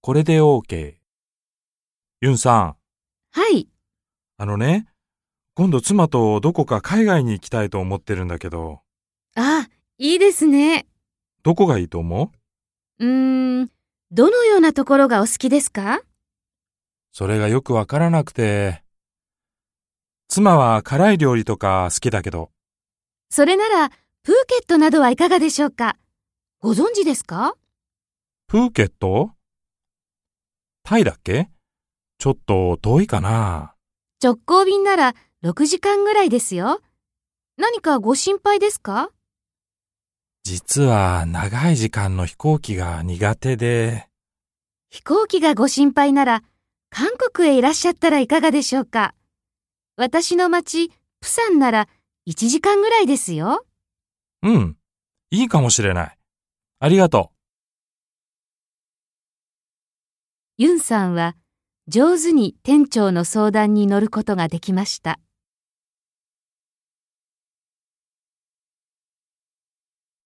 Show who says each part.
Speaker 1: これで OK。ユンさん、
Speaker 2: はい。
Speaker 1: あのね、今度妻とどこか海外に行きたいと思ってるんだけど、
Speaker 2: あ、いいですね。
Speaker 1: どこがいいと思う
Speaker 2: うーん、どのようなところがお好きですか
Speaker 1: それがよくわからなくて。妻は辛い料理とか好きだけど、
Speaker 2: それなら、プーケットなどはいかがでしょうかご存知ですか
Speaker 1: プーケットタイだっけちょっと遠いかな
Speaker 2: 直行便なら6時間ぐらいですよ。何かご心配ですか
Speaker 1: 実は長い時間の飛行機が苦手で、
Speaker 2: 飛行機がご心配なら、韓国へいらっしゃったらいかがでしょうか私の町、プサンなら1時間ぐらいですよ。
Speaker 1: うん、いいかもしれない。ありがと
Speaker 2: ユンさんは上手に店長の相談に乗ることができました。